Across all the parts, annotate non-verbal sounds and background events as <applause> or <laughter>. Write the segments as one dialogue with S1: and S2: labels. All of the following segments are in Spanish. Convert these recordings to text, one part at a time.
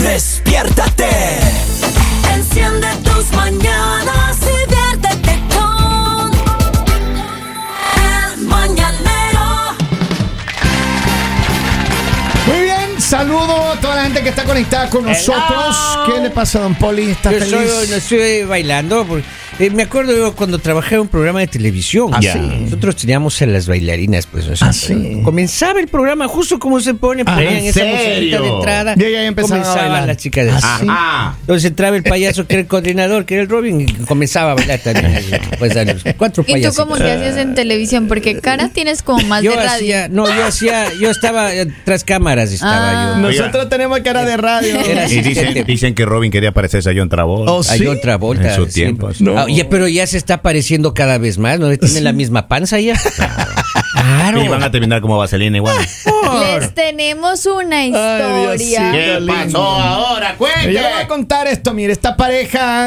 S1: despiértate.
S2: Enciende tus mañanas y viértete con El Mañanero.
S3: Muy bien, saludo a toda la gente que está conectada con nosotros. ¿Qué le pasa a Don Poli? ¿Está
S4: Yo
S3: feliz?
S4: solo no estoy bailando. porque, eh, me acuerdo yo cuando trabajaba en un programa de televisión.
S3: Ah, sí.
S4: Nosotros teníamos a las bailarinas, pues. nosotros.
S3: Ah, sí.
S4: Comenzaba el programa justo como se pone,
S3: Ah,
S4: ponían
S3: ¿en
S4: esa musiquita
S5: serio?
S4: de entrada.
S3: Y ahí empezaban a
S4: comenzaban
S3: bailar.
S4: las chicas. de-
S3: Ah, sí.
S5: Ah,
S4: Entonces entraba el payaso que era el coordinador, que era el Robin, y comenzaba a bailar
S3: <laughs>
S4: también. Pues, a los cuatro
S6: ¿Y tú
S4: payasitos.
S6: cómo te hacías en televisión? Porque cara tienes como más
S4: Yo
S6: de radio.
S4: hacía, no, yo hacía, yo estaba eh, tras cámaras, estaba
S6: Ah.
S4: yo.
S3: Nosotros tenemos cara de radio.
S4: Era
S5: <laughs> y
S4: asistente.
S3: <laughs>
S5: dicen, dicen que Robin quería parecerse a John Travolta.
S3: Oh,
S4: Hay
S3: ¿Sí?
S4: otra vuelta. pues. Ah,
S5: En su tiempo, sí.
S3: No.
S4: ya, pero ya se está pareciendo cada vez más, ¿no? Tiene la misma panza
S3: <laughs>
S4: ya. Claro.
S5: Y van a terminar como vaselina igual.
S6: Les tenemos una historia.
S3: Diosito lindo.
S5: ahora?
S3: Yo le voy a contar esto, mire, esta pareja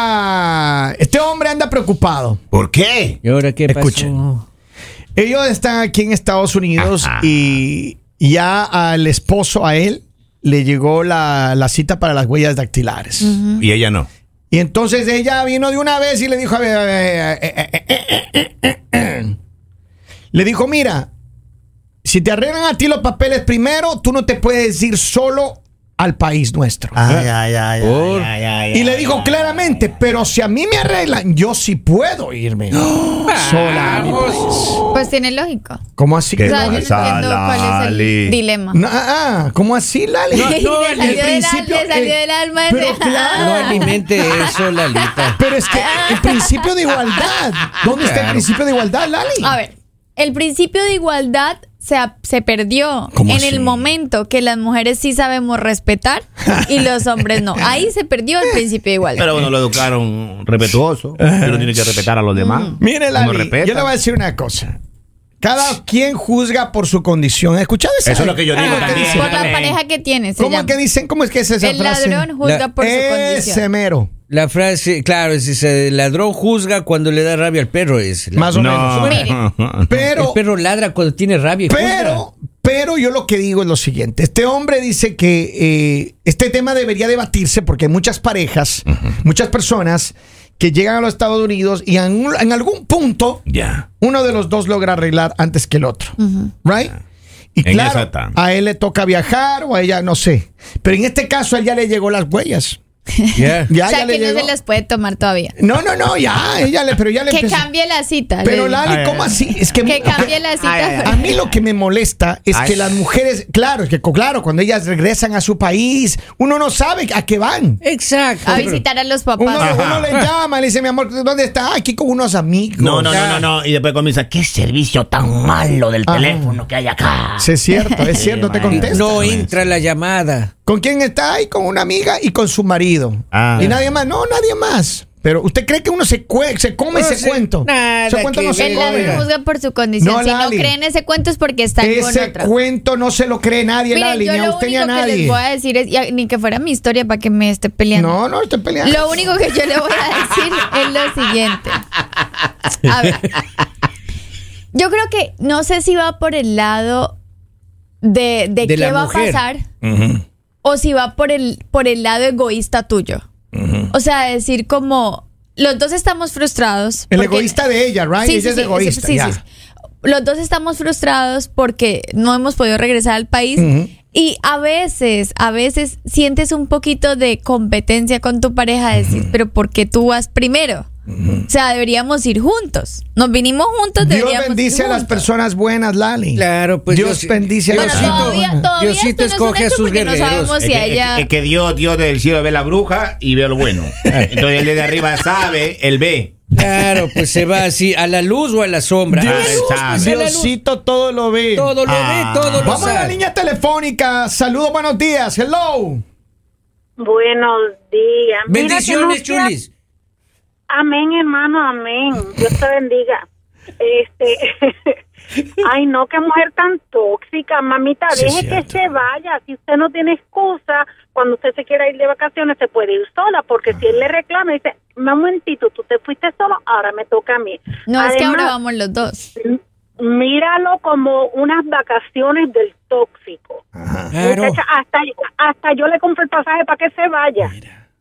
S3: anda... Este hombre anda preocupado.
S5: ¿Por qué?
S4: ¿Y ahora qué pasó?
S3: Escuchen. Ellos están aquí en Estados Unidos
S5: Ajá.
S3: y ya al esposo, a él, le llegó la, la cita para las huellas dactilares.
S5: Y ella no.
S3: Y entonces ella vino de una vez y le dijo, a ver, a ver, a ver, eh, eh, eh, eh, eh, eh, eh. le dijo, mira, si te arreglan a ti los papeles primero, tú no te puedes ir solo al país nuestro.
S5: Ah,
S4: Por-
S3: y le dijo claramente, pero si a mí me arreglan, yo sí puedo irme sola. a mi país".
S6: Pues tiene lógico.
S3: ¿Cómo así?
S6: O
S5: ¿Qué?
S6: sea, yo no
S5: pasa,
S6: entiendo cuál es
S5: Lali?
S6: el dilema. <laughs>
S3: No, ah, ah, ¿Cómo así, Lali?
S6: no, <laughs> Le el- salió del al- le salió
S3: eh,
S6: del alma ese.
S3: Pero
S4: No
S3: claro.
S4: alimente eso, Lalita.
S3: Pero es que
S6: Ah.
S3: el principio de igualdad. ¿Dónde está el
S4: Claro.
S3: principio de igualdad, Lali?
S6: <laughs> A ver, el principio de igualdad se, a- se perdió
S3: ¿Cómo
S6: en
S3: así?
S6: el momento que las mujeres sí sabemos respetar y los hombres no. Ahí se perdió el principio de igualdad.
S5: Pero bueno, lo
S3: <laughs>
S5: educaron respetuoso. Pero tiene que respetar a los demás.
S3: Mm. Mire,
S5: Uno
S3: Lali,
S5: respeta.
S3: yo le voy a decir una cosa. Cada quien juzga por su condición. ¿Escuchado esa?
S5: Eso es lo que yo digo
S3: Ah,
S5: también.
S6: por la
S5: Dale.
S6: pareja que tiene. se
S3: ¿Cómo
S6: llama.
S3: es que dicen? ¿Cómo es que es esa
S6: el
S3: frase? E
S6: ladrón juzga
S4: La-
S6: por su
S3: Ese
S6: condición.
S3: mero.
S4: La frase, claro, es ese, el ladrón juzga cuando le da rabia al perro. Es la-
S3: Más o menos.
S4: el
S3: Pero,
S4: perro ladra cuando tiene rabia. y juzga.
S3: pero, pero yo lo que digo es lo siguiente. Este hombre dice que eh, este tema debería debatirse porque hay muchas parejas, muchas personas que llegan a los Estados Unidos y en, un- en algún punto
S5: <laughs> Ya.
S3: uno de los dos logra arreglar antes que el otro. ¿Right? Y
S5: En
S3: claro,
S5: esa está.
S3: a él le toca viajar o a ella, no sé. Pero en este caso, a él ya le llegó las huellas. <laughs>
S4: Ya.
S3: Ya,
S6: O sea
S3: ya
S6: que
S3: le
S6: no
S3: llegó.
S6: se las puede tomar todavía.
S3: No, no, no, ya, ella le, pero ya le
S6: Que
S3: empezó-
S6: cambie la cita.
S3: Pero
S6: le-
S3: Lali, ¿cómo así? Es que,
S6: que cambie la cita.
S3: A mí lo que me molesta es
S5: Ay.
S3: que las mujeres, claro, es que co- claro, cuando ellas regresan a su país, uno no sabe a qué van.
S4: Exacto.
S6: <laughs> a visitar a los
S3: Uno,
S6: papás.
S3: uno le llama, le dice, mi amor, ¿dónde está? Aquí con unos amigos.
S5: No, no, no, no, no. Y después comienza. ¿Qué servicio tan malo del
S3: Ajá.
S5: teléfono que hay acá?
S3: Sí, es cierto, es cierto, te
S5: man.
S3: contesto.
S4: No entra la llamada.
S3: ¿Con quién está? ahí? con una amiga y con su marido.
S5: Ah.
S3: Y nadie más. No, nadie más. Pero ¿usted cree que uno se, cue- se come
S4: No
S3: ese
S4: sé,
S3: cuento?
S4: nada
S3: ese cuento
S4: que
S3: no se
S6: El
S4: ver.
S3: come.
S6: ladrón juzga por su condición.
S3: No,
S6: si no
S3: Lali.
S6: creen ese cuento es porque están con
S3: Ese
S6: otra.
S3: cuento no se lo cree nadie,
S6: Miren,
S3: Lali,
S6: yo
S3: ni a
S6: lo
S3: usted ni
S6: único
S3: a
S6: que les
S3: nadie.
S6: voy a decir es, y- ni que fuera mi historia para que me esté peleando.
S3: No, no, estoy peleando.
S6: Lo único que yo le voy a decir es lo siguiente. A ver. Yo creo que no sé si va por el lado de, de
S4: De
S6: qué
S4: la
S6: va a
S4: mujer.
S6: pasar o si va por el, por el lado egoísta tuyo. O sea, decir como los dos estamos frustrados.
S3: El
S6: porque-
S3: egoísta de ella, right? ella es egoísta.
S6: sí, sí,
S3: ya.
S6: sí. Los dos estamos frustrados porque no hemos podido regresar al país.
S3: Ujú.
S6: Y a veces, a veces sientes un poquito de competencia con tu pareja, decir, pero ¿por qué tú vas primero? O sea, deberíamos ir juntos. Nos vinimos juntos,
S3: Dios
S6: deberíamos
S3: bendice
S6: ir
S3: a las
S6: juntos.
S3: personas buenas, Lali.
S4: Claro, pues
S3: Dios
S4: Dios-
S3: bendice a las
S6: Bueno,
S4: Diosito-
S3: personas
S6: todavía,
S3: buenas.
S6: todavía esto
S4: Diosito
S6: no es un
S4: escoge a
S6: hecho
S4: sus
S6: porque
S4: guerreros.
S6: No sabemos
S5: Es
S6: si
S5: que,
S6: ella...
S5: es que- es que Dios, Dios del cielo ve la bruja y ve lo
S3: <laughs>
S5: bueno. Entonces el de arriba sabe, él ve.
S4: Claro, pues se va así, a la luz o a la sombra.
S5: Dios,
S4: Ah, él sabe.
S5: Dios,
S3: Diosito todo lo ve.
S4: Todo lo
S5: Ah.
S4: ve, todo lo
S3: Vamos a la
S4: sabe.
S3: línea telefónica. Saludos, buenos días. Hello.
S7: Buenos días. Mira que no
S4: Bendiciones,
S7: sea-
S4: chulis.
S7: Amén, hermano, amén. Dios te bendiga. Este, <laughs> ay, no, qué mujer tan tóxica, mamita.
S3: Sí, es
S7: deje que
S3: cierto.
S7: se vaya. Si usted no tiene excusa, cuando usted se quiera ir de vacaciones, se puede ir sola, porque si él le reclama, dice, "Un momentito, tú te fuiste solo, ahora me toca a mí.
S6: No, es que ahora
S7: Además,
S6: vamos los dos.
S7: Mm, míralo como unas vacaciones del tóxico.
S4: Claro.
S7: Muchacha, hasta, hasta yo le compré el pasaje para que se vaya.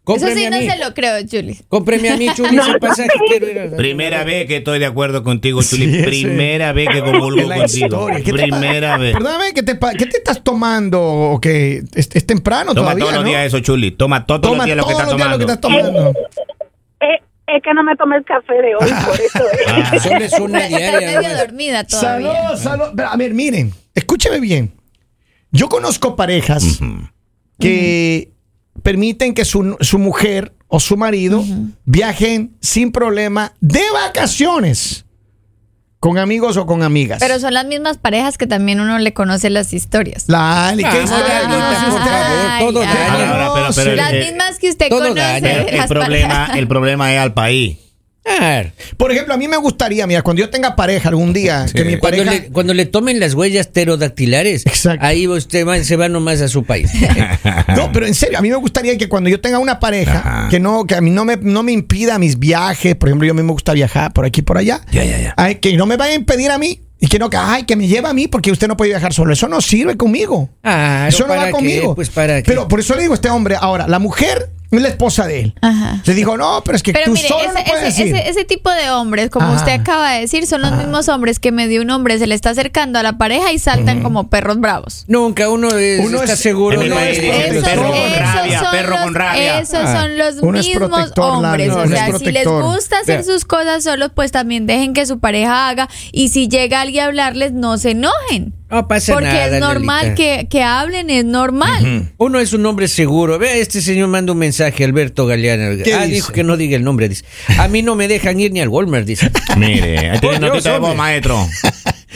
S6: Eso
S4: Cómpreme
S6: sí
S4: a
S6: no
S4: mí.
S6: se lo creo, Julie.
S4: Cómpreme a mí, Chuli, ese pasaje. Quiero ir a-
S5: Primera vez que estoy de acuerdo contigo,
S3: Sí,
S5: Chuli.
S3: ese-
S5: Primera vez que
S3: Es
S5: convulgo
S3: <laughs> la
S5: contigo.
S3: historia. ¿Qué te
S5: Primera vez.
S3: Perdóname, ¿qué te, pa- qué te estás tomando? ¿O que es, es temprano
S5: Toma
S3: todavía,
S5: todos los
S3: ¿no?
S5: días eso, Chuli. Toma todos
S3: Toma
S5: los días lo
S3: todos
S5: que estás
S3: los días lo que
S5: tomando.
S3: estás tomando.
S7: Eh, es que no me tomé el café de hoy, por eso es.
S5: Ah,
S4: Solo es una
S6: Está
S4: diaria.
S3: pues.
S6: medio
S4: güey.
S6: dormida todavía.
S3: Salud, salud. Pero, A ver, miren, escúcheme bien. Yo conozco parejas que permiten que su, su mujer o su marido viajen sin problema de vacaciones con amigos o con amigas.
S6: Pero son las mismas parejas que también uno le conoce las historias.
S3: la Ali, ¿qué
S4: Ah,
S3: historia?
S4: Lalita, por favor,
S6: Ay,
S4: todo
S6: ay.
S4: daña.
S5: Ahora, pero- pero el-
S6: las
S3: eh,
S5: el-
S6: mismas que usted
S4: todo
S6: conoce.
S4: daña.
S6: de
S5: pero el
S6: las <laughs>
S5: problema,
S6: parejas.
S5: el problema es al país.
S4: Claro.
S3: Por ejemplo, a mí me gustaría, mira, cuando yo tenga pareja algún día, que mi
S4: Cuando
S3: pareja...
S4: le, cuando le tomen las huellas pterodactilares,
S3: Exacto.
S4: ahí usted va- se va nomás a
S3: <laughs>
S4: su país.
S3: No, pero en serio, a mí me gustaría que cuando yo tenga una pareja,
S5: Ajá.
S3: que no, que a mí no me, no me impida mis viajes, por ejemplo, yo a mí me gusta viajar por aquí y por allá.
S5: Ya, ya, ya.
S3: Ay, que no me vaya a impedir a mí y que no, que, ay, que me lleva a mí porque usted no puede viajar solo. Eso no sirve conmigo.
S4: Claro,
S3: eso no
S4: ¿para
S3: va
S4: qué?
S3: conmigo.
S4: Pues, ¿para qué?
S3: Pero por eso le digo a este hombre, ahora, la mujer es la esposa de él.
S6: Ajá.
S3: Le dijo, no, pero es que
S6: Ah. Pero
S3: tú
S6: mire,
S3: solo
S6: ese,
S3: no puedes
S6: ese-
S3: ir.
S6: ese- ese tipo de hombres, como
S3: Ajá.
S6: usted acaba de decir, son los mismos hombres que medio un hombre se le está acercando a la pareja y saltan como perros bravos.
S4: Nunca uno, es-
S3: Uno
S4: está
S3: es-
S4: seguro
S5: En mi
S4: de-
S5: país
S4: de-
S5: dicen,
S4: de-
S5: perro con rabia,
S6: son
S5: perro con
S6: los-
S5: rabia.
S6: esos
S4: Ah.
S6: son los
S3: Uno es
S6: mismos
S3: protector, la-
S6: hombres.
S3: no,
S6: o
S3: uno es
S6: sea, si les
S3: protector.
S6: gusta hacer
S4: Vea.
S6: sus cosas solos, pues también dejen que su pareja haga. Y si llega alguien a hablarles, no se enojen.
S4: No pasa
S6: porque
S4: nada,
S6: es normal
S4: Lolita.
S6: que, que hablen, es normal.
S4: Uno es un hombre seguro. Vea, este señor manda un mensaje, Alberto Galeano.
S3: ¿Qué
S4: ah,
S3: dice?
S4: dijo que no diga el nombre, dice. A mí no me dejan ir ni al
S3: <laughs>
S4: Walmart, dice.
S5: Mire, ahí tiene
S4: Por Dios,
S5: notita de vos,
S4: hombre.
S5: maestro.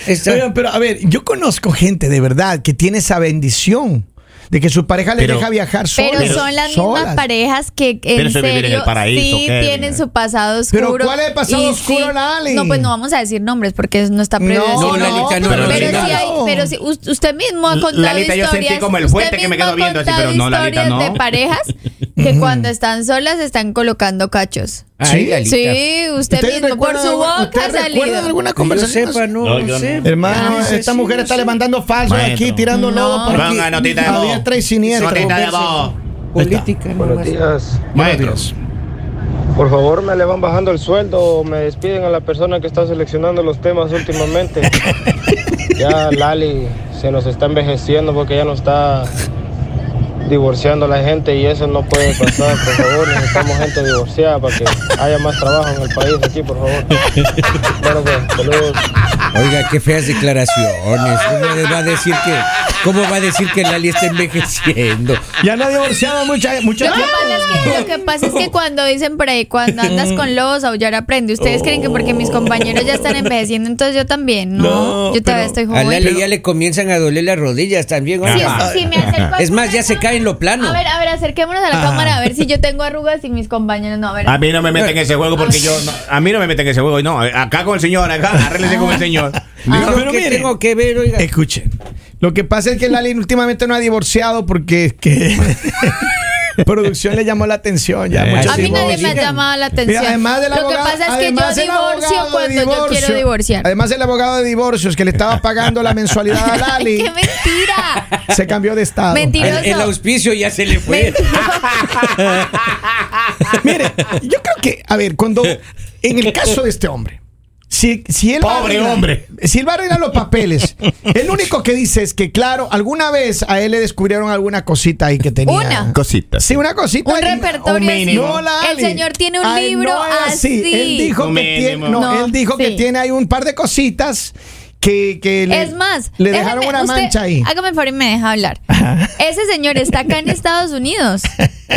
S4: Está-
S3: Oigan, pero a ver, yo conozco gente de verdad que tiene esa bendición de que su pareja le
S5: Pero-
S3: deja viajar sola.
S6: Pero, son las
S3: solas.
S6: mismas parejas que
S5: Pero
S6: en
S5: eso es vivir en
S6: serio
S5: el paraíso,
S6: sí
S5: Kevin.
S6: tienen su pasado oscuro.
S3: Pero ¿cuál es el pasado
S6: y
S3: oscuro, Lali?
S6: No, pues no vamos a decir nombres porque no está prohibido
S3: No,
S6: decir
S4: No,
S6: nombres.
S4: Lalita, no,
S6: pero,
S4: Lalita,
S6: sí hay,
S3: no.
S6: pero sí, us- usted mismo ha contado
S5: Lalita, yo
S6: historias.
S5: sentí como el
S6: usted
S5: puente que me
S6: mismo
S5: quedo viendo
S6: ha
S5: así,
S6: contado
S5: pero no, Lalita,
S6: historias
S5: no.
S6: de parejas
S3: <laughs>
S6: que cuando están solas están colocando cachos.
S4: Ay,
S3: ¿Sí?
S4: Lalita.
S6: Sí, usted
S3: ¿Ustedes
S6: mismo por
S3: recuerdan
S6: su
S3: alguna-
S6: boca ha
S3: ¿ustedes
S6: salido.
S3: recuerdan alguna
S4: Que yo
S3: conversación?
S4: sepa, no,
S5: No,
S4: no,
S5: yo no.
S4: sé.
S3: Hermano,
S4: Ah, sí,
S3: esta
S4: sí,
S3: mujer
S4: no
S3: está
S4: sé.
S3: levantando falso
S5: Maestro.
S3: aquí, tirando
S6: No.
S3: lodo por aquí.
S5: Ponga notita de
S3: a
S5: vos.
S3: diestra y siniestra.
S5: Notita de vos.
S4: Política,
S1: Buenos
S4: nomás.
S1: días.
S5: Maestro.
S1: Por favor, me le van bajando el sueldo o me despiden a la persona que está seleccionando los temas últimamente. ya Lali se nos está envejeciendo porque ya nos está divorciando la gente y eso no puede pasar. Por favor, necesitamos gente divorciada para que haya más trabajo en el país aquí, por favor. Bueno, pues, saludos.
S4: Oiga, qué feas declaraciones. ¿Cómo le va a decir que, cómo va a decir que Lali está envejeciendo?
S3: Ya no ha divorciado mucha, mucho
S6: Lo que,
S3: tiempo.
S6: pasa es que, lo que pasa es
S4: <laughs>
S6: que cuando dicen por ahí, cuando andas con lobos, aullar aprende. Ustedes creen
S4: Oh.
S6: que porque mis compañeros ya están envejeciendo, entonces yo también. No,
S3: No,
S6: yo todavía estoy
S4: A Lali
S6: joven.
S4: ya le comienzan a doler las rodillas también.
S6: Sí,
S4: oiga.
S6: sí, me acerco a-
S4: Es más, ya se cae en lo plano. Ah.
S6: A ver, a ver, acerquémonos a la cámara a ver si yo tengo arrugas y mis compañeros no. A ver.
S5: A mí no me meten en ese juego porque yo. no- a mí no me meten en ese juego. No, acá con el señor, acá, arréglese con el señor.
S4: Digo,
S3: Ah, pero
S4: ¿qué
S3: mire.
S4: tengo que ver, oiga?
S3: Escuchen. Lo que pasa es que Lali últimamente no ha divorciado porque es que <laughs> producción le llamó la atención. Ya,
S5: Eh,
S3: mucho
S6: A mí nadie me ha
S3: divorcio.
S6: llamado la
S3: Mira,
S6: atención.
S3: además del
S6: Lo que
S3: abogado-
S6: pasa es que yo
S3: además del
S6: divorcio
S3: abogado de
S6: cuando yo
S3: divorcio,
S6: quiero divorciar.
S3: Además, el abogado de divorcios que le estaba pagando la
S6: <laughs>
S3: mensualidad a
S6: <laughs> Ay,
S3: Lali
S6: ¡Qué mentira!
S3: se cambió de estado.
S6: Mentira.
S4: El, el auspicio ya se le fue.
S3: Mire, yo creo que, a ver, cuando, en el caso de este hombre, si, si él va a
S5: Pobre
S3: arreglar-
S5: hombre.
S3: Si él va a arreglar los papeles, el único que dice es que, claro, alguna vez a él le descubrieron alguna cosita ahí que tenía.
S6: Una.
S5: Cositas.
S3: Sí, una cosita.
S6: Un
S3: ahí.
S6: repertorio
S5: Un
S6: así.
S5: mínimo.
S3: No, la
S6: El
S3: Ali.
S6: señor tiene un
S3: Ay,
S6: libro
S3: no es
S6: así.
S3: Él dijo,
S5: Un
S3: que tiene,
S5: mínimo.
S3: no,
S6: No,
S3: él dijo que
S6: sí.
S3: tiene ahí un par de cositas que, que le,
S6: es más,
S3: le
S6: déjeme-
S3: dejaron una
S6: usted-
S3: mancha ahí.
S6: Hágame el favor y me
S3: <laughs>
S6: deja hablar. Ese señor está acá en Estados Unidos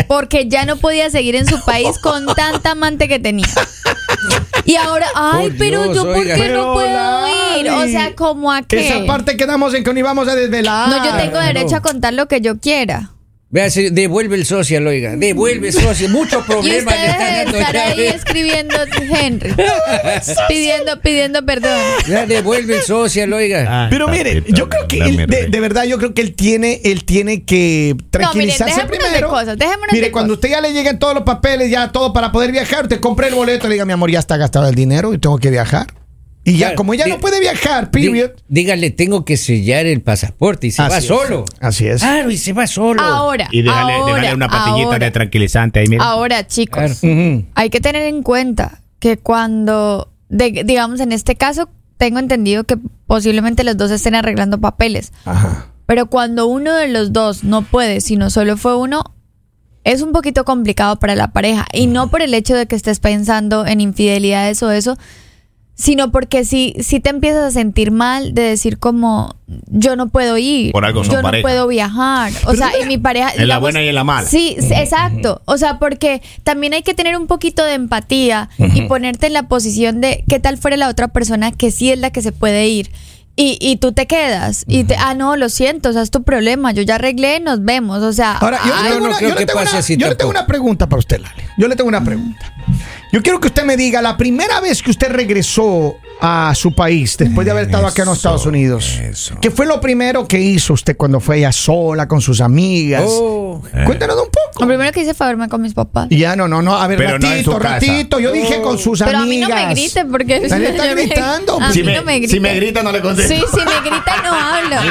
S6: porque ya no podía seguir en su
S3: <laughs>
S6: país con tanta amante que tenía. Y ahora, ay,
S4: Por
S6: pero
S4: Dios,
S6: yo por
S4: oiga.
S6: qué
S3: Oh, Pero,
S6: no puedo
S3: Lali,
S6: ir. O sea, como a qué.
S3: Esa parte Ah, quedamos en que no íbamos a desvelar.
S6: no, yo tengo derecho a contar lo que yo quiera.
S4: Vea, se- devuelve el social, oiga. Devuelve el social. Mucho
S6: Y
S4: problema le
S6: ustedes
S4: está dando
S6: estar
S4: ya,
S6: ahí
S4: ve.
S6: escribiendo
S3: <laughs>
S6: Henry, pidiendo, pidiendo perdón.
S4: Ya devuelve el social,
S5: Ah,
S4: oiga.
S3: Pero mire, yo creo que él, de, de verdad, yo creo que él tiene, él tiene que tranquilizarse
S6: dejémonos de
S3: primero.
S6: cosas, dejémonos
S3: mire,
S6: de
S3: cuando
S6: cosas.
S3: usted ya le lleguen todos los papeles, ya todo para poder viajar, usted compre el boleto y le diga, mi amor, ya está gastado el dinero y tengo que viajar. Y ya,
S4: Claro,
S3: como ya
S4: di-
S3: no puede viajar,
S4: Dí-
S3: period.
S4: Dígale, tengo que sellar el pasaporte y se
S3: Así
S4: va
S3: es.
S4: solo.
S3: Así es.
S4: Claro, y se va solo.
S6: Ahora,
S5: Y déjale,
S6: ahora,
S5: déjale una pastillita
S6: ahora,
S5: de tranquilizante ahí, mira.
S6: ahora, chicos.
S4: Claro.
S3: Ujú.
S6: Hay que tener en cuenta que cuando, de- digamos, en este caso, tengo entendido que posiblemente los dos estén arreglando papeles,
S3: Ajá.
S6: pero cuando uno de los dos no puede, sino solo fue uno, es un poquito complicado para la pareja. Y no por el hecho de que estés pensando en infidelidades o eso, sino porque si, si te empiezas a sentir mal de decir como, yo no puedo ir,
S5: Por algo son
S6: yo no
S5: pareja.
S6: puedo viajar. O sea, y mi pareja...
S5: En la buena y en la mala.
S6: Sí, sí, exacto. O sea, porque también hay que tener un poquito de empatía y ponerte en la posición de qué tal fuera la otra persona que sí es la que se puede ir. Y, y tú te quedas y te, ah, no, lo siento, o sea, es tu problema, yo ya arreglé, nos vemos, o sea,
S3: Ahora, yo,
S4: Ay,
S3: le
S4: yo
S3: tengo,
S4: Ah, no
S3: una,
S4: creo
S3: yo le
S4: que
S3: tengo
S4: pase
S3: una-
S4: así
S3: yo le tengo
S4: tampoco.
S3: una pregunta para usted, Lali. Yo le tengo una pregunta. Yo quiero que usted me diga, la primera vez que usted regresó a su país, después de haber estado acá en los Estados Unidos, ¿qué fue lo primero que hizo usted cuando fue allá sola con sus amigas?
S4: Oh.
S3: Cuéntanos un poco.
S6: lo primero que hice fue verme con mis papás.
S3: Ya, no, no, no. A ver,
S5: Pero no en
S3: ratito,
S5: su casa.
S3: ratito. Yo dije con sus
S6: Pero a mí
S3: amigas.
S6: no me griten porque Ah.
S3: Nadie
S6: <laughs>
S3: está
S6: yo me-
S3: gritando.
S6: a
S5: Si
S6: mí
S5: me,
S6: no me
S5: si me
S6: griten.
S5: grita, no le contesto.
S6: Sí, si me
S3: <laughs>
S6: gritan no hablo.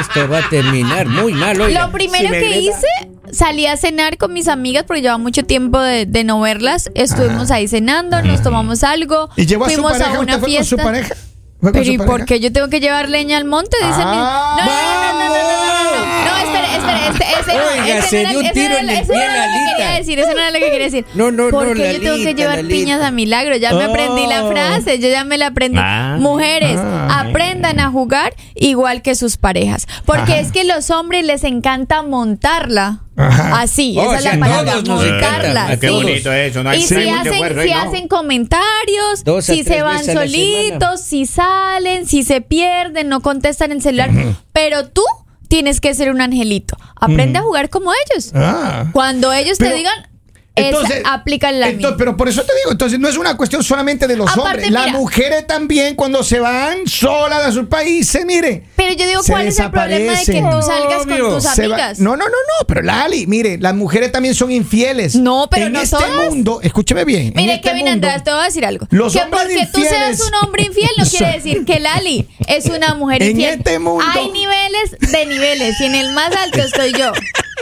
S4: <laughs> Esto va a terminar muy mal hoy.
S6: Lo primero
S5: me
S6: que
S5: grita.
S6: hice, salí a cenar con mis amigas porque llevaba mucho tiempo de, de no verlas. Estuvimos ahí cenando, nos tomamos algo.
S3: ¿Y llevó a su
S6: fuimos
S3: pareja?
S6: a una
S3: ¿Usted fue con su
S6: fiesta.
S3: pareja? ¿Fue con
S6: Pero
S3: su
S6: ¿y por
S3: pareja?
S6: qué yo tengo que llevar leña al monte? Dice mi-
S3: Ah,
S6: no, no, no, no, no, no, no, no, no. No, espera, espera, este, ese no,
S4: Oiga,
S6: ese
S4: se
S6: no
S4: dio un
S6: era, ese
S4: tiro
S6: no
S4: en
S6: era,
S4: el
S6: ese no
S4: pie,
S6: era lo que quería
S4: Lalita.
S6: decir, eso no era lo que quería decir.
S4: No, no, no,
S6: ¿Por qué yo tengo que
S4: Lalita,
S6: llevar
S4: Lalita.
S6: piñas a milagro? Ya me aprendí la frase, yo ya me la aprendí.
S5: Ah.
S6: Mujeres,
S3: Ah.
S6: aprendan a jugar igual que sus parejas. Porque es que los hombres les encanta montarla.
S3: Ajá.
S6: Así,
S4: Oh,
S6: esa
S4: o
S6: es
S4: sea,
S6: la
S4: a
S6: palabra,
S4: todos nos encanta,
S6: montarla.
S4: a
S5: Ah, Qué
S4: todos.
S6: sí.
S5: bonito eso. No hay
S6: Y si
S5: hay mucho
S6: hacen,
S5: esfuerzo,
S6: si
S5: ¿eh? No.
S6: hacen comentarios,
S4: Dos a
S6: si
S4: tres
S6: se van
S4: veces a la semana.
S6: solitos, si salen, si se pierden, no contestan el celular. Pero tú tienes que ser un angelito. Aprende a jugar como ellos.
S3: Ah.
S6: Cuando ellos
S3: Pero-
S6: te digan, esa, aplican la
S3: entonces,
S6: mía.
S3: Pero por eso te digo, entonces no es una cuestión solamente de los
S6: Aparte,
S3: hombres. Las
S6: mira.
S3: mujeres también cuando se van solas a sus países, mire.
S6: Pero yo digo,
S3: se
S6: ¿cuál es el problema de que
S3: desaparecen.
S6: tú salgas
S4: Obvio.
S6: con tus
S3: se va-
S6: amigas?
S3: No, no, no, no, pero Lali, mire, las mujeres también son infieles.
S6: No, pero
S3: en
S6: no
S3: este
S6: todas.
S3: mundo, escúcheme bien. en
S6: Mire,
S3: este
S6: Kevin
S3: mundo-
S6: Andrés, te voy a decir algo.
S3: Los
S6: que
S3: hombres
S6: porque tú
S3: infieles-
S6: seas un hombre infiel
S3: <laughs>
S6: no quiere decir que Lali es una mujer
S3: En
S6: infiel.
S3: este mundo-
S6: Hay niveles de niveles y en el más alto estoy yo.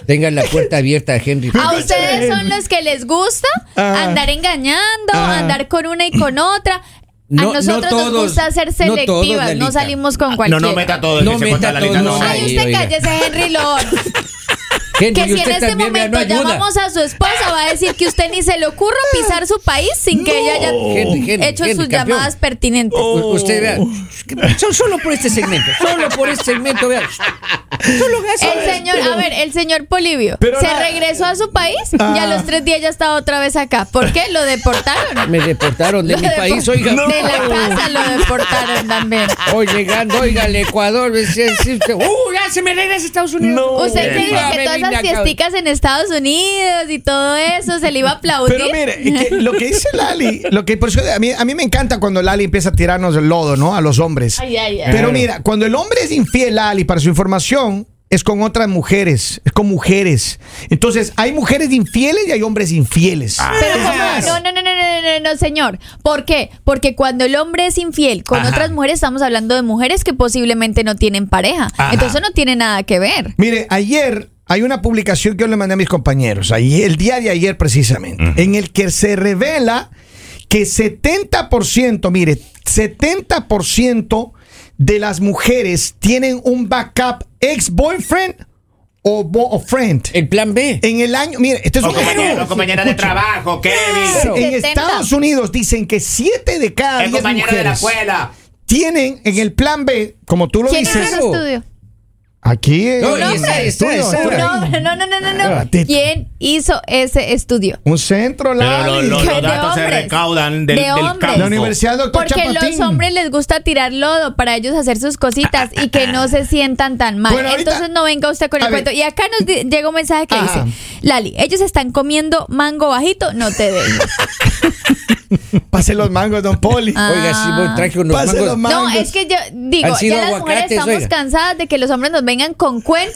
S4: Tengan la puerta abierta, Henry.
S6: A ustedes son los que les gusta
S3: Ah.
S6: andar engañando,
S3: Ah.
S6: andar con una y con otra. A
S4: No- no
S6: nosotros nos
S4: todos,
S6: gusta ser
S4: no todos,
S6: selectivas, no,
S4: Lalita.
S6: salimos con
S5: No,
S6: cualquiera.
S5: no meta todo. el
S4: No
S5: que se
S4: meta
S5: cuenta la lista,
S4: todo,
S5: no.
S4: no.
S6: Ay,
S4: Ahí,
S6: usted
S4: oiga.
S6: cállese, Henry Lord.
S4: <laughs> Henry,
S6: Que si
S4: y
S6: en
S4: usted
S6: este
S4: también vea, no
S6: momento
S4: ayuda.
S6: llamamos a su esposa, va a decir que usted ni se le ocurra pisar su país sin que ella haya
S4: Henry, Henry,
S6: hecho
S4: Henry,
S6: sus
S4: campeón. Oh,
S6: llamadas pertinentes.
S4: U- Usted vea, son solo por este segmento, solo por este segmento, vea. Solo eso.
S6: El señor, a ver, el señor Polivio
S3: Pero
S6: se
S3: la-
S6: regresó a su país y
S3: Ah.
S6: a los tres días ya estaba otra vez acá. ¿Por qué? Lo deportaron.
S4: Me deportaron de
S6: Lo
S4: mi
S6: depo-
S4: país, oiga.
S6: De la casa lo deportaron también.
S4: Hoy llegando, oiga, al Ecuador, es- es- es- ¡Uh, ya se me regresa a Estados Unidos!
S6: Usted se dijo
S4: Ah,
S6: que
S4: me
S6: todas
S4: vine
S6: esas
S4: acá.
S6: fiesticas en Estados Unidos y todo eso se le iba a aplaudir.
S3: Pero mire, es que lo que dice Lali, lo que por eso a mí, a mí me encanta cuando Lali empieza a tirarnos el lodo, ¿no? A los hombres.
S6: Ay, ay, ay.
S3: Pero mira, cuando el hombre es infiel, Lali, para su información, es con otras mujeres, es con mujeres. Entonces, hay mujeres infieles y hay hombres infieles.
S6: Pero
S3: Es
S6: ¿cómo?
S3: más,
S6: no, no, no, no, no, no, no, no, señor. ¿Por qué? Porque cuando el hombre es infiel con otras mujeres, estamos hablando de mujeres que posiblemente no tienen pareja. Entonces no tiene nada que ver.
S3: Mire, ayer hay una publicación que yo le mandé a mis compañeros, ahí, el día de ayer precisamente, en el que se revela que 70%, mire, 70% de las mujeres tienen un backup ex-boyfriend o, bo- o friend.
S4: El plan B.
S3: En el año, mire, este es
S5: O
S3: un
S5: compañera, o
S3: ejemplo.
S5: compañera de trabajo, Kevin.
S4: Claro.
S3: En
S6: 70.
S3: Estados Unidos dicen que 7 de cada
S5: El
S3: 10
S5: compañero de la
S3: mujeres
S5: escuela.
S3: tienen en el plan B, como tú lo
S6: ¿Quién hizo
S3: dices,
S6: ese
S4: eso?
S6: estudio?
S3: aquí eh,
S4: No,
S3: en
S4: y esa-
S3: el
S4: esa-
S3: estudio,
S4: esa-
S3: estudio.
S6: No, no, no, no, no, no.
S3: ratito.
S6: ¿Quién hizo ese estudio?
S3: Un centro,
S5: Pero
S3: Lali.
S5: lo- lo-
S6: de
S5: los datos se
S6: hombres.
S5: recaudan del,
S6: De
S5: del
S6: hombres.
S5: campo.
S3: La Universidad Doctor
S6: Porque
S3: Chapatín.
S6: los hombres les gusta tirar lodo para ellos hacer sus cositas y que no se sientan tan mal.
S3: Bueno, ahorita-
S6: Entonces no venga usted con
S3: A
S6: el
S3: ver.
S6: cuento. Y acá nos di- llega un mensaje que
S3: Ajá. <laughs>
S6: dice, Lali, ellos están comiendo mango bajito, no te dejes.
S3: Pase los mangos, don Poli.
S4: Oiga, si voy, traje unos
S3: Pase
S4: mangos.
S3: los mangos.
S6: No, es que yo digo,
S4: Han sido
S6: ya las mujeres
S4: aguacates,
S6: estamos
S4: oiga.
S6: cansadas de que los hombres nos vengan con cuentos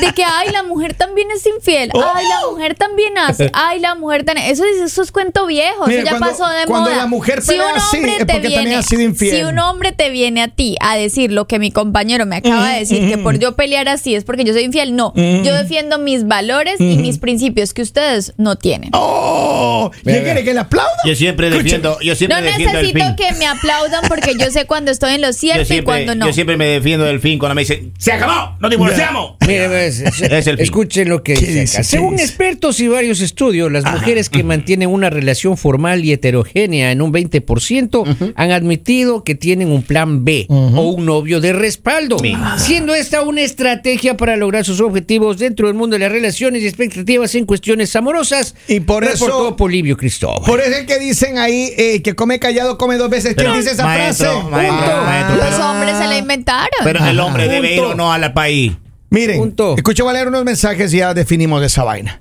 S6: de que, ay, la mujer también es infiel,
S3: Oh.
S6: ay, la mujer también
S3: <laughs>
S6: hace, ay, la mujer también. Eso, es- eso es cuento viejo,
S3: Mire,
S6: eso ya
S3: cuando-
S6: pasó de
S3: cuando
S6: moda.
S3: la mujer pelea así,
S6: hombre
S3: es
S6: te
S3: porque también ha sido infiel.
S6: Si un hombre te viene a ti a decir lo que mi compañero me acaba de decir, que
S3: Mm-hmm.
S6: por yo pelear así es porque yo soy infiel, no. Yo defiendo mis valores
S3: Mm-hmm.
S6: y mis principios que ustedes no tienen.
S3: ¡Oh! ¿Ya
S4: Venga.
S3: quiere que le aplauda?
S5: Yo siempre defiendo, yo siempre
S6: No
S5: defiendo el
S6: necesito
S5: fin.
S6: que me aplaudan porque yo sé cuando estoy en lo cierto
S5: <laughs> yo,
S6: y
S5: siempre,
S6: cuando no.
S5: yo siempre me defiendo del fin cuando me dicen, se acabó, nos divorciamos.
S4: Mire, pues, es-
S5: Es el fin.
S4: escuchen lo que
S3: ¿Qué
S4: dice
S3: dice?
S4: acá.
S3: ¿Qué
S4: Según
S3: dice?
S4: expertos y varios estudios, las mujeres que mantienen una relación formal y heterogénea en un 20% han admitido que tienen un plan B o un novio de respaldo, siendo esta una estrategia para lograr sus objetivos dentro del mundo de las relaciones y expectativas en cuestiones amorosas.
S3: Y por eso-
S4: reportó Polibio Cristóbal.
S3: Por eso es que dicen ahí eh, que come callado, come dos veces. ¿Quién
S5: Pero,
S3: dice esa
S5: maestro,
S3: frase?
S5: maestro,
S3: Punto.
S5: maestro,
S6: Los
S5: pero-
S6: hombres se la inventaron.
S5: Pero el hombre debe ir
S3: Punto.
S5: o no al país.
S3: Miren,
S4: Punto.
S3: escucho voy a leer unos mensajes y ya definimos esa vaina.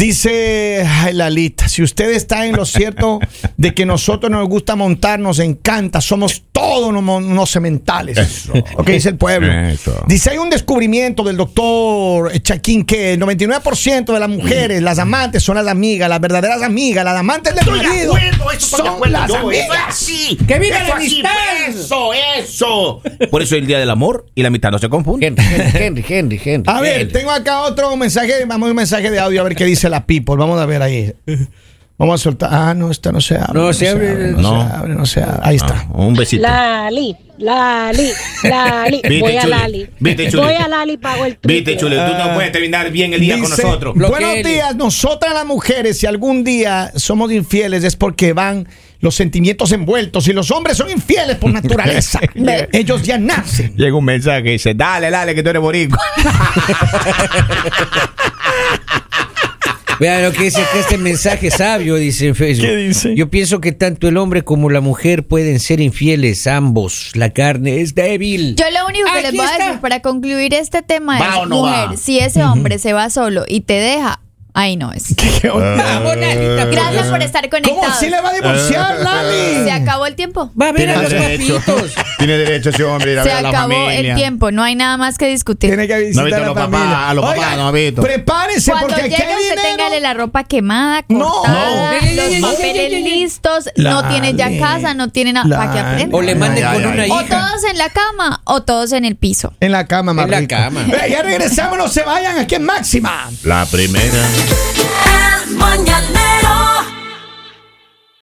S3: Dice ay, Lalita, si usted está en lo cierto de que nosotros nos gusta montar, nos encanta, somos todos unos, unos sementales. Ok, dice el pueblo.
S5: Eso.
S3: Dice, hay un descubrimiento del doctor Chaquín que el 99% de las mujeres, las amantes, son las amigas, las verdaderas amigas, las amantes del marido. Son las amigas.
S5: así.
S4: ¡Que viva la amistad!
S5: Eso, eso. Por eso el día del amor y la mitad no se confunde.
S4: Henry, Henry, Henry, Henry.
S3: A ver,
S4: Henry.
S3: tengo acá otro mensaje, vamos a un mensaje de audio a ver qué dice la people. Vamos a ver ahí. Vamos a soltar. Ah, no, esta no se abre.
S4: No, se abre,
S3: No,
S5: no. Ah.
S3: se abre, no se abre. Ahí está.
S5: Un besito.
S8: Lali, Lali, Lali.
S5: Viste,
S8: Voy a
S5: Chuli.
S8: Lali.
S5: Viste, Chuli.
S8: Voy a Lali, pago el
S5: Viste,
S8: triple.
S5: chulo, tú
S4: Ah.
S5: no puedes terminar bien el día con
S3: Dice,
S5: nosotros.
S4: Bloqueele.
S3: Buenos días, nosotras las mujeres, si algún día somos infieles es porque van los sentimientos envueltos y los hombres son infieles por
S5: <laughs>
S3: naturaleza. Ellos ya nacen.
S5: Llega un mensaje que dice, dale, dale, que tú eres boricua.
S4: Vean lo que dice que este mensaje sabio, dice en Facebook.
S3: ¿Qué dice?
S4: Yo pienso que tanto el hombre como la mujer pueden ser infieles, ambos. La carne es débil.
S6: Yo lo único que
S4: Aquí
S6: les voy
S4: está.
S6: a decir para concluir este tema
S5: ¿Va o
S6: es,
S5: no va?
S6: mujer, si ese hombre se va solo y te deja, ahí no es.
S4: Vamos,
S5: Ah.
S4: Lalita,
S6: Gracias por estar
S3: ¿Cómo
S6: conectados.
S3: así le va a divorciar,
S5: Eh,
S3: Lali?
S6: Se acabó el tiempo.
S4: Va a ver a los papitos.
S5: Tiene derecho ese hombre a ir a
S6: Se
S5: ver a la
S6: acabó
S5: familia.
S6: el tiempo. No hay nada más que discutir.
S3: Tiene que
S5: No ha
S3: visitar
S5: visto a
S3: a la
S5: los papás,
S3: familia.
S5: a los papás,
S3: Oigan,
S5: no ha visto.
S3: Prepárese
S6: Cuando
S3: porque
S6: llegue
S3: aquí hay
S6: usted
S3: dinero.
S6: téngale la ropa quemada,
S3: No.
S6: cortada,
S4: No. Ya, ya, ya,
S6: los
S4: ya,
S6: papeles
S4: ya, ya, ya.
S6: listos, no tiene ya casa, no tiene nada para que
S3: Lali.
S6: aprenda.
S4: O le manden
S5: Ay,
S4: con
S5: ay,
S4: una
S5: ay.
S6: O
S4: hija.
S6: todos en la cama o todos en el piso.
S3: En la cama, más
S4: En la
S3: rico.
S4: cama.
S3: Eh, ya regresamos, no se vayan aquí en Máxima.
S5: La primera.
S2: El mañanero